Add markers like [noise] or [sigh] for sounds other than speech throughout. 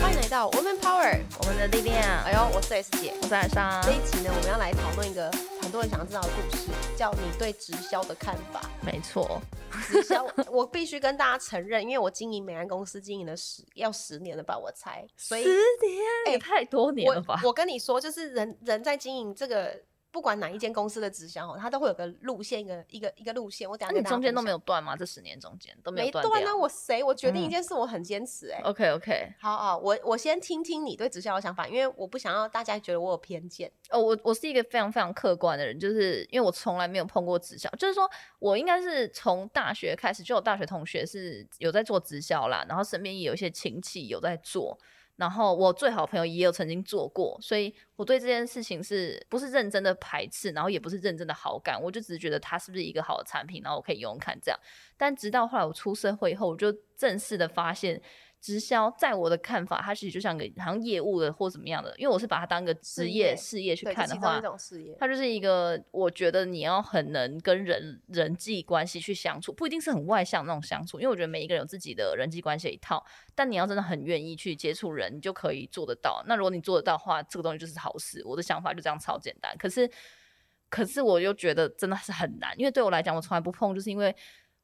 欢迎来到 Woman Power，我们的力量。哎呦，我是 S 姐。我是艾莎这，一期呢，我们要来讨论一个很多人想知道的故事，叫你对直销的看法。 [laughs] 没错，直销，我必须跟大家承认，因为我经营美安公司经营了十要十年了吧，我猜，所以年哎也太多年了吧我？？我跟你说，就是人人在经营这个，不管哪一间公司的直销哦，它都会有个路线，一个一个一个路线。我等那下跟啊你大家中间分都没享有断吗？这十年中间都没没有断断啊？掉。我谁？我决定一嗯件事，我很坚持哎、 OK OK，好啊，我我先听听你对直销的想法，因为我不想要大家觉得我有偏见。哦，我我是一个非常非常客观的人，就是因为我从来没有碰过直销，就是说我应该是从大学开始就有大学同学是有在做直销啦，然后身边也有一些亲戚有在做，然后我最好的朋友也有曾经做过，所以我对这件事情是不是认真的排斥，然后也不是认真的好感，我就只是觉得它是不是一个好的产品，然后我可以用用看这样。但直到后来我出社会以后，我就正式的发现。直销在我的看法，它其实就像个好像业务的或怎么样的，因为我是把它当个职业事业去对，这看的其中话一，种事业。它就是一个我觉得你要很能跟人人际关系去相处，不一定是很外向那种相处，因为我觉得每一个人有自己的人际关系的一套，但你要真的很愿意去接触人，你就可以做得到。那如果你做得到的话，这个东西就是好事。我的想法就这样超简单，可是可是我又觉得真的是很难，因为对我来讲，我从来不碰，就是因为。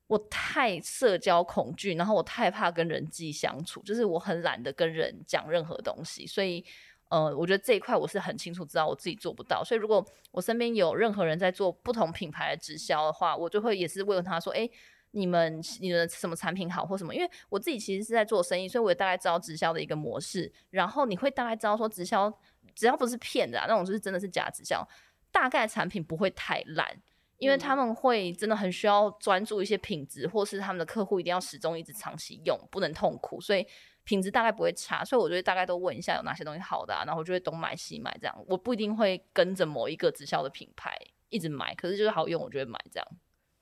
我太社交恐惧，然后我太怕跟人际相处，就是我很懒得跟人讲任何东西，所以呃，我觉得这一块我是很清楚知道我自己做不到，所以如果我身边有任何人在做不同品牌的直销的话，我就会也是问他说，哎、你们你们的什么产品好或什么？因为我自己其实是在做生意，所以我也大概知道直销的一个模式。然后你会大概知道说直销，只要不是骗的、啊、那种，就是真的是假直销，大概产品不会太烂，因为他嗯们会真的很需要专注一些品质，或是他们的客户一定要始终一直长期用，不能痛苦，所以品质大概不会差。所以我就会大概都问一下有哪些东西好的、啊，然后我就会东买西买这样。我不一定会跟着某一个直销的品牌一直买，可是就是好用我就会买这样。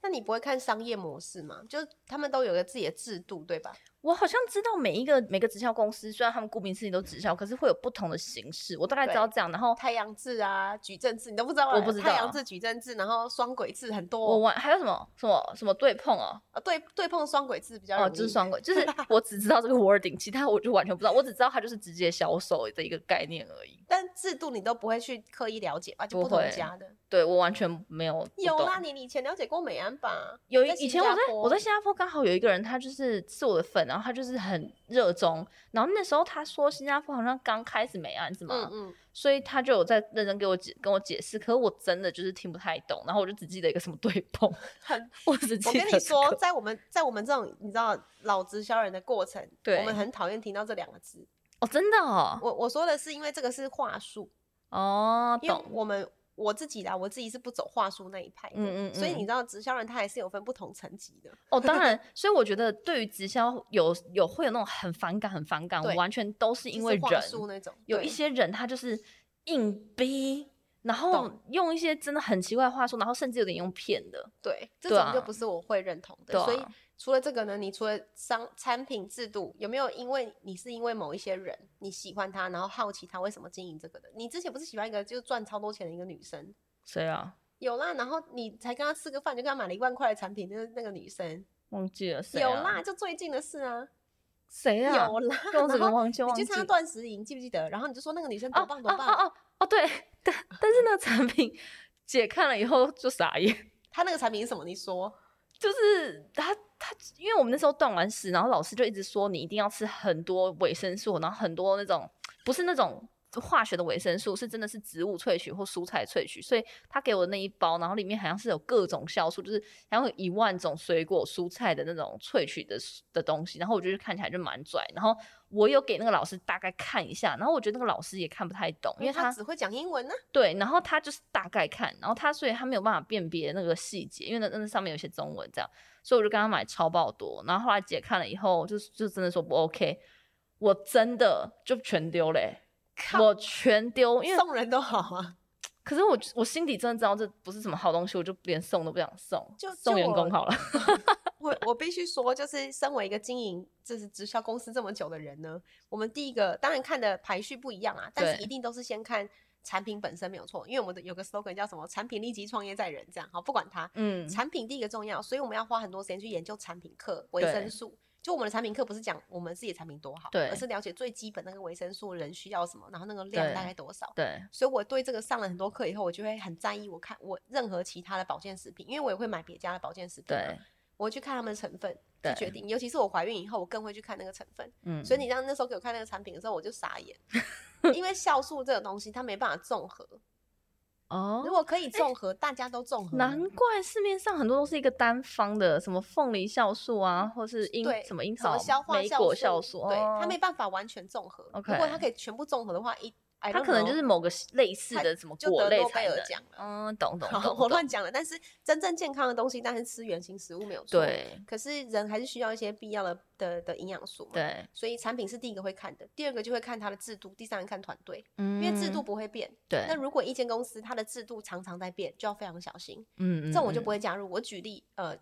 那你不会看商业模式吗？就是他们都有个自己的制度，对吧？我好像知道每一个每个直销公司，虽然他们顾名思义都直销，可是会有不同的形式。我大概知道这样，然后太阳制啊，矩阵制，你都不知道啊？我不知道太阳制、矩阵制，然后双轨制很我多，玩还有什么什么什么对碰哦，呃对对碰双轨制比较容易。哦，就是双 [laughs] 轨，就是我只知道这个 wording，其他我就完全不知道。我只知道它就是直接销售的一个概念而已。但制度你都不会去刻意了解吧？就不不同会家的对我完全没有不有懂啦，你你以前了解过美安吧？有一在以新前我加在坡我在新加坡刚好有一个人，他就是是我的粉，然后他就是很热衷，然后那时候他说新加坡好像刚开始没案子嘛，嗯嗯，所以他就有在认真给我解跟我解释，可是我真的就是听不太懂，然后我就只记得一个什么对碰，很。 [laughs] 我只记我得、跟你说，，在我们在我们这种你知道老直销人的过程，对我们很讨厌听到这两个字。哦，真的哦，我我说的是因为这个是话术，哦，因为懂，我们我自己啦，我自己是不走话术那一派的，嗯嗯所以你嗯知道直销人他还是有分不同层级的。哦，当然，所以我觉得对于直销有有会有那种很反感、很反感对，完全都是就因是为话人术那种，有对一些人他就是硬逼，然后懂用一些真的很奇怪的话术，然后甚至有点用骗的，对这对种就啊不是我会认同的。对所以啊除了这个呢，你除了商产品制度，有没有因为你是因为某一些人你喜欢他，然后好奇他为什么经营这个的？你之前不是喜欢一个就是赚超多钱的一个女生？谁啊？有啦，然后你才跟她吃个饭，就跟她买了一万块的产品，就是那个女生、忘记了谁、啊？有啦，就最近的事啊，谁啊？有啦，跟我整然个后忘记你忘记去参加断食营，记不记得？然后你就说那个女生多棒多棒，哦哦哦哦，对，但但是那个产品姐看了以后就傻眼， [laughs] 她那个产品是什么？你说就是她她，因为我们那时候断完食，然后老师就一直说你一定要吃很多维生素，然后很多那种不是那种。化学的维生素是真的是植物萃取或蔬菜萃取，所以他给我的那一包，然后里面好像是有各种酵素，就是好像有一万种水果蔬菜的那种萃取的的东西，然后我觉得看起来就蛮拽。然后我有给那个老师大概看一下，然后我觉得那个老师也看不太懂，因为他她只会讲英文呢、啊对，然后他就是大概看，然后他所以他没有办法辨别那个细节，因为那那上面有些中文这样，所以我就跟他买超爆多，然后后来姐看了以后，就就真的说不 OK，我真的就全丢嘞、我全丢，因为送人都好 [laughs] 啊。可是我我心底真的知道这不是什么好东西，我就连送都不想送，就送就员我工好了。我我必须说，就是身为一个经营就是直销公司这么久的人呢，我们第一个当然看的排序不一样啊，但是对一定都是先看产品本身没有错，因为我们的有个 slogan 叫什么“产品立即创业在人”这样，好，不管它，嗯，产品第一个重要，所以我们要花很多时间去研究产品课、维对生素。就我们的产品课不是讲我们自己的产品多好，对而是了解最基本那个维生素人需要什么，然后那个量大对概多少。对，所以我对这个上了很多课以后，我就会很在意我看我任何其他的保健食品，因为我也会买别家的保健食品嘛，对，我会去看他们的成分对去决定。尤其是我怀孕以后，我更会去看那个成分。嗯，所以你让那时候给我看那个产品的时候，我就傻眼，因为酵素这个东西它没办法综合。哦哎如，果可以综合，大家都综合了，难怪市面上很多都是一个单方的，什么凤梨酵素啊，或是樱对什么樱什么桃消化莓果酵素，素，对，哦它没办法完全综合。 OK 如果它可以全部综合的话，一它可能就是某个类似的什么就果得类诺才贝尔能。奖了。嗯，懂 [laughs] 懂好懂，我懂乱讲了，但是真正健康的东西，当然是吃原型食物没有错。，对可是人还是需要一些必要的的的营养素嘛。，对，所以产品是第一个会看的，第二个就会看它的制度，第三个看团队，因嗯为制度不会变。对，那如果一间公司它的制度常常在变，就要非常小心。嗯，这种我就嗯不会加入。我举例，呃，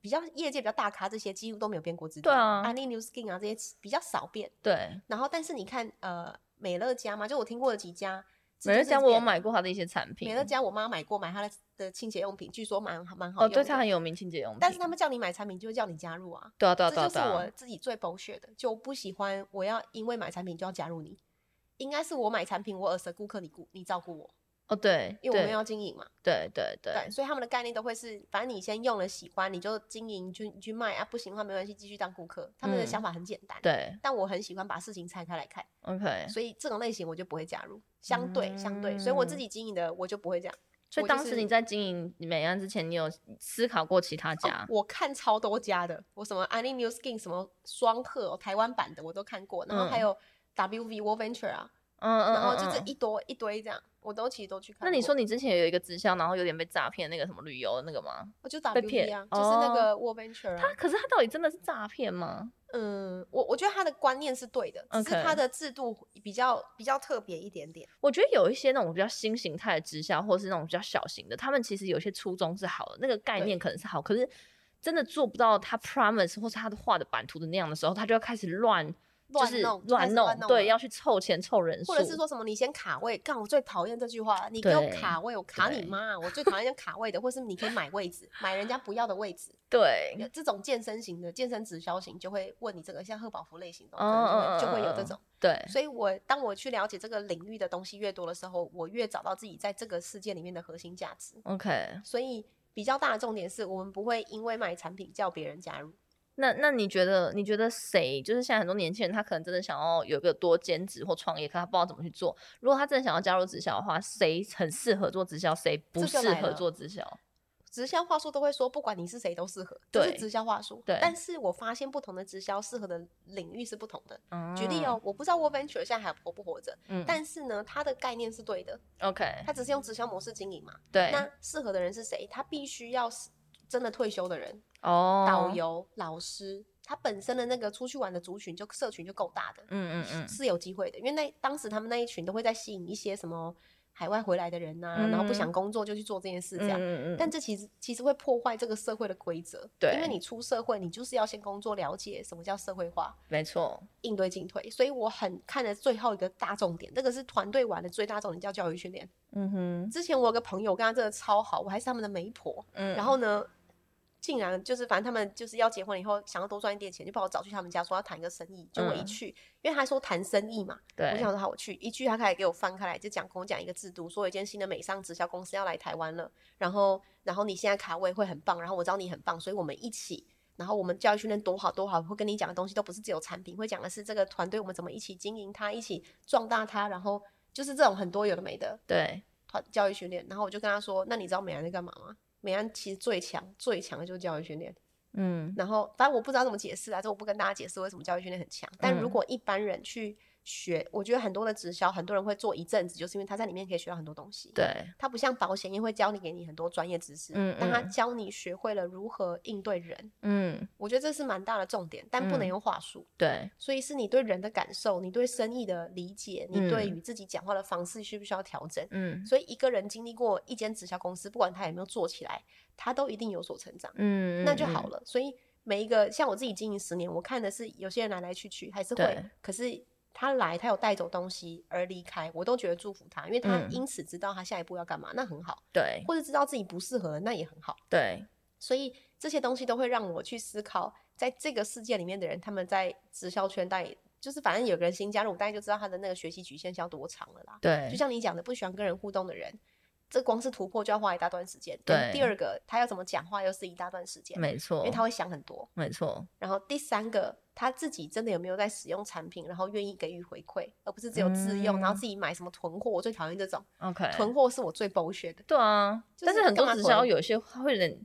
比较业界比较大咖这些几乎都没有变过制度，对啊安利 New Skin 啊这些比较少变。对。然后但是你看，呃，美乐家嘛，就我听过的几家，美这乐就是家我有变买过它的一些产品，美乐家我妈买过，买她的的清洁用品，据说蛮蛮好哦，用的。对，它很有名清洁用品，但是他们叫你买产品，就会叫你加入啊。对啊对啊这对啊，就是对啊我自己最 bullshit 的，就不喜欢我要因为买产品就要加入你，应该是我买产品，我耳舍顾客你顾你照顾我，哦对，因为我对们要经营嘛。对对对对，所以他们的概念都会是，反正你先用了喜欢，你就经营，就你去卖啊，不行的话没关系，继续当顾客。他们的嗯想法很简单，对但我很喜欢把事情拆开来看， ，OK，所以这种类型我就不会加入。相对、相对，所以我嗯自己经营的我就不会这样。所以我就当时是你在经营美安之前，你有思考过其他哦家？我看超多家的，我什么安利 New Skin 什么双鹤、哦、台湾版的我都看过，然后还嗯有 WV World Venture 啊，嗯嗯，然后就嗯这嗯一多一堆这样，我都其实都去看过。那你说你之前有一个直销，然后有点被诈骗那个什么旅游的那个吗？我就被 WV 骗啊，就是那哦个 World Venture 啊他，可是他到底真的是诈骗吗？嗯，我我觉得他的观念是对的，只是他 OK 的制度比较比较特别一点点。我觉得有一些那种比较新形态的直销，或是那种比较小型的，他们其实有些初衷是好的，那个概念可能是好，可是真的做不到他 promise 或是他的画的版图的那样的时候，他就要开始乱，乱就是弄开乱始弄，乱弄了对，要去凑钱凑人数，或者是说什么你先卡位，干我最讨厌这句话，你给我对卡位，我卡你对妈啊，我最讨厌卡位的，或是你可以买位置，买人家不要的位 [laughs] 置。对有这种健身型的健身直销型就会问你这个，像贺宝福类型的，可哦能就会就会有这种。对，所以我当我去了解这个领域的东西越多的时候，我越找到自己在这个世界里面的核心价值。 OK，所以比较大的重点是我们不会因为买产品叫别人加入。那那你觉得你觉得谁就是现在很多年轻人，他可能真的想要有一个多兼职或创业，可他不知道怎么去做。如果他真的想要加入直销的话，谁很适合做直销，谁不这就适来合了做直销？直销话术都会说，不管你是谁都适合，这是对直销话术。对但是我发现不同的直销适合的领域是不同的。举例嗯哦，，我不知道 w o r Venture 现在还活不活着，嗯但是呢，它的概念是对的， OK，它只是用直销模式经营嘛。对，那适合的人是谁？他必须要是真的退休的人，哦，导，游、老师，他本身的那个出去玩的族群就社群就够大的，嗯嗯嗯，是有机会的。因为那当时他们那一群都会在吸引一些什么海外回来的人呐、然后不想工作就去做这件事这样。嗯嗯嗯，但这其实其实会破坏这个社会的规则，对因为你出社会，你就是要先工作，了解什么叫社会化，没错，应对进退。所以我很看的最后一个大重点，这个是团队玩的最大重点，叫教育训练。嗯哼，之前我有个朋友，我跟他真的超好，我还是他们的媒婆。嗯，然后呢，竟然就是反正他们就是要结婚了以后，想要多赚一点钱，就把我找去他们家说要谈个生意。就我一嗯去，因为他说谈生意嘛，我对想，说好，我去一去，他开始给我翻开来，就讲跟我讲一个制度，说有一间新的美商直销公司要来台湾了，然后然后你现在卡位会很棒，然后我知道你很棒，所以我们一起。然后我们教育训练多好多好，会跟你讲的东西都不是只有产品，会讲的是这个团队我们怎么一起经营它，一起壮大它，然后就是这种很多有的没的。对，团教育训练，然后我就跟他说：“那你知道美安在干嘛吗？美安其实最强最强的就是教育训练。嗯然后反正我不知道怎么解释啊，这我不跟大家解释为什么教育训练很强。但如嗯果一般人去学，我觉得很多的直销，很多人会做一阵子，就是因为他在里面可以学到很多东西。对，它不像保险业会教你给你很多专业知识，嗯但它嗯教你学会了如何应对人，嗯我觉得这是蛮大的重点，但不能嗯用话术。对，所以是你对人的感受，你对生意的理解，你对嗯与自己讲话的方式需不需要调整？嗯所以一个人经历过一间直销公司，不管他有没有做起来，他都一定有所成长，嗯，那就好嗯，了。所以每一个像我自己经营十年，我看的是有些人来来去去还是会对，可是他来，他有带走东西而离开，我都觉得祝福他，因为他嗯因此知道他下一步要干嘛，那很好；对或者知道自己不适合，那也很好。对，所以这些东西都会让我去思考，在这个世界里面的人，他们在直销圈大概就是反正有个人新加入，我大概就知道他的那个学习局限是要多长了啦。对，就像你讲的，不喜欢跟人互动的人，这光是突破就要花一大段时间。跟对第二个他要怎么讲话又是一大段时间，没因错为，他会想很多。没错，然后第三个，他自己真的有没有在使用产品，然后愿意给予回馈，而不是只有自用，然后嗯自己买什么囤货，我最讨厌这种 OK，囤货是我最剥削的。对啊，就但是是很干多嘛直囤销有些会有点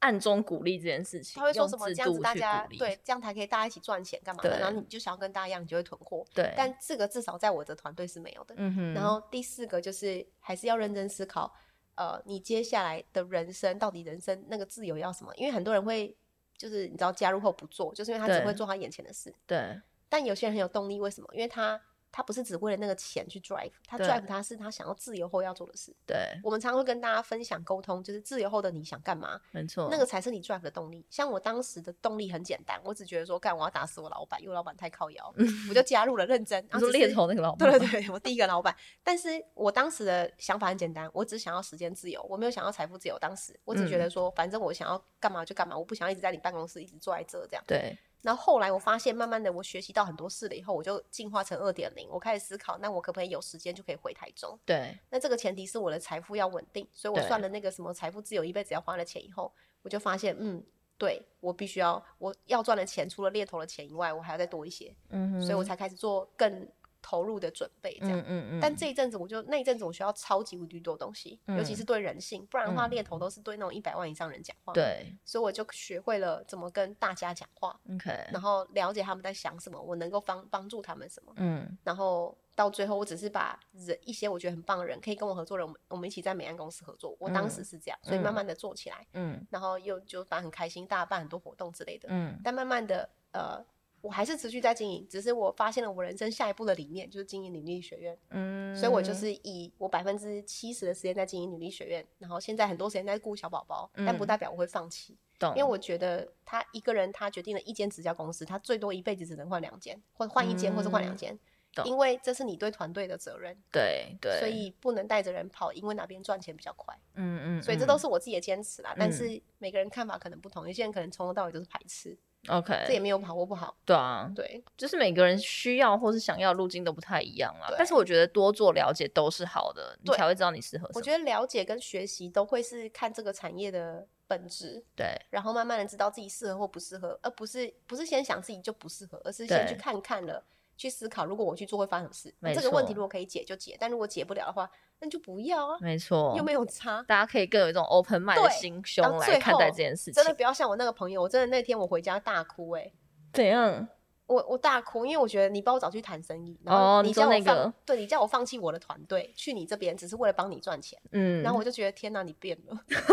暗中鼓励这件事情，他会说用什么制这样子度大去家鼓励对这样才可以大家一起赚钱干嘛的，对然后你就想要跟大家一样，你就会囤货。对，但这个至少在我的团队是没有的。嗯哼，然后第四个就是还是要认真思考，呃，你接下来的人生到底人生那个自由要什么？因为很多人会就是你知道加入后不做，就是因为他只对会做他眼前的事。对但有些人很有动力，为什么？因为他他不是只为了那个钱去 drive，他对 drive 他是他想要自由后要做的事。对，我们常会跟大家分享沟通，就是自由后的你想干嘛，没错，那个才是你 drive 的动力。像我当时的动力很简单，我只觉得说，干我要打死我老板，因为我老板太靠腰，我就加入了，认真。嗯 [laughs] 你然后说只猎是头那 [laughs] 个老板，对对，对，我第一个老板。但是我当时的想法很简单，我只想要时间自由，我没有想要财富自由。当时我嗯只觉得说，反正我想要干嘛就干嘛，我不想要一直在你办公室一直坐在这这样。对然后后来我发现，慢慢的我学习到很多事了以后，我就进化成二点零，我开始思考，那我可不可以有时间就可以回台中？对那这个前提是我的财富要稳定，所以我对算了那个什么财富自由一辈子要花的钱以后，我就发现，嗯，对我必须要我要赚的钱，除了猎头的钱以外，我还要再多一些，嗯哼，所以我才开始做更投入的准备，这样。嗯嗯嗯，但这一阵子我就那一阵子我学到超级无敌多东西，尤其嗯是对人性，不然的话嗯猎头都是对那种一百万以上人讲话，，对所以我就学会了怎么跟大家讲话， OK，然后了解他们在想什么，我能够帮帮助他们什么，嗯然后到最后我只是把人一些我觉得很棒的人可以跟我合作的人，我们我们一起在美安公司合作，我当时嗯是这样，所以慢嗯慢的做起来，嗯然后又就反正很开心，大家办很多活动之类的，嗯但慢慢的呃。我还是持续在经营，只是我发现了我人生下一步的理念就是经营领力学院。嗯，所以我就是以我百分之七十的时间在经营女力学院，然后现在很多时间在顾小宝宝，但不嗯代表我会放弃，懂，因为我觉得他一个人他决定了一间直销公司，他最多一辈子只能换两间，或换一间，或是换两嗯间，懂因为这是你对团队的责任，对对，所以不能带着人跑，因为哪边赚钱比较快，嗯嗯，所以这都是是我自己的坚持啦。但嗯是每个人看法可能不同，有些人可能从头到尾都是排斥，这也嗯 OK，没有好或不好，对啊，对，就是每个人需要或是想要的路径都不太一样啦对。但是我觉得多做了解都是好的，你对才会知道你适合什么。我觉得了解跟学习都会是看这个产业的本质。对然后慢慢的知道自己适合或不适合，而不是不是先想自己就不适合，而是先去对看看了，去思考如果我去做会发生什么没事。这个问题错如果可以解就解，但如果解不了的话，那就不要啊，没错，又没有差。大家可以更有一种 open mind 的对心胸然后来最看待后这件事情真。的不要像我那个朋友，我真的那天我回家大哭哎、怎样？我我大哭，因为我觉得你帮我找去谈生意，然后哦你你说叫我那放，个对你叫我放弃我的团队去你这边，只是为了帮你赚钱。嗯，然后我就觉得天哪，你变了， [laughs]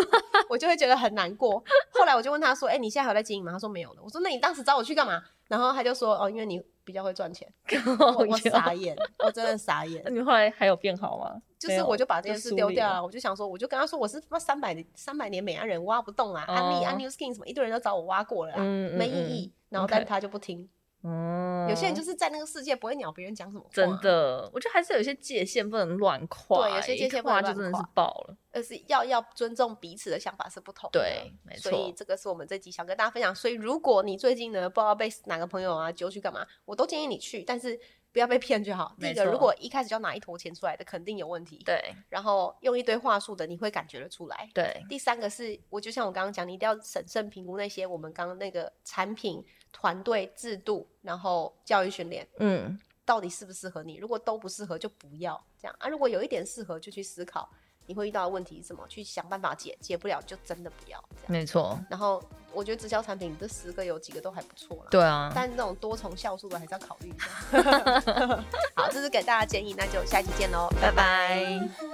我就会觉得很难过。后来我就问他说：“哎、你现在还有在经营吗？”他说没有了。我说：“那你当时找我去干嘛？”然后他就说：“哦，因为你比较会赚钱。我”我靠腰。傻眼，我真的傻眼 [laughs] 你后来还有变好吗？就没是有我就把这件就事梳丢理掉了了，我就想说，我就跟他说我是他妈三百三百年美安人，挖不动啦，啊安利、安哦 New Skin 什么一堆人都找我挖过了啦，嗯嗯没意义。然后 OK 但他就不听，嗯，有些人就是在那个世界不会鸟别人讲什么话，真，的，我觉得还是有一些界限不能乱跨欸，对有些一界限不跨能就真乱的是跨爆了。而是要要尊重彼此的想法是不同的。对没所以错这个是我们这集想跟大家分享。所以如果你最近呢不知道被哪个朋友啊揪去干嘛，我都建议你去，但是不要被骗就好。第一没个，如错果一开始就要拿一坨钱出来的，肯定有问题。，对然后用一堆话术的，你会感觉得出来。对第三个是我就像我刚刚讲，你一定要审慎评估那些我们刚刚那个产品、团队、制度，然后教育训练嗯，到底适不适合你。如果都不适合，就不要这样啊。如果有一点适合，就去思考你会遇到的问题是什么，去想办法解，解不了就真的不要这样。没错，然后我觉得直销产品这十个有几个都还不错啦，对啊，但那种多重酵素的还是要考虑一下。 [laughs] 好，这是给大家建议，那就下期见喽，拜拜拜。拜。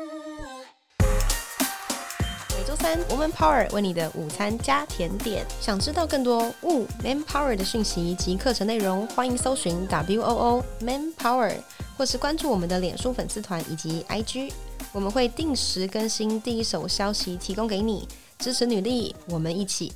每周三，Woman Power 为你的午餐加甜点。想知道更多 Wo Man Power 的讯息及课程内容，欢迎搜寻 W O O Man Power，或是关注我们的脸书粉丝团以及 IG，我们会定时更新第一手消息，提供给你支持女力，我们一起。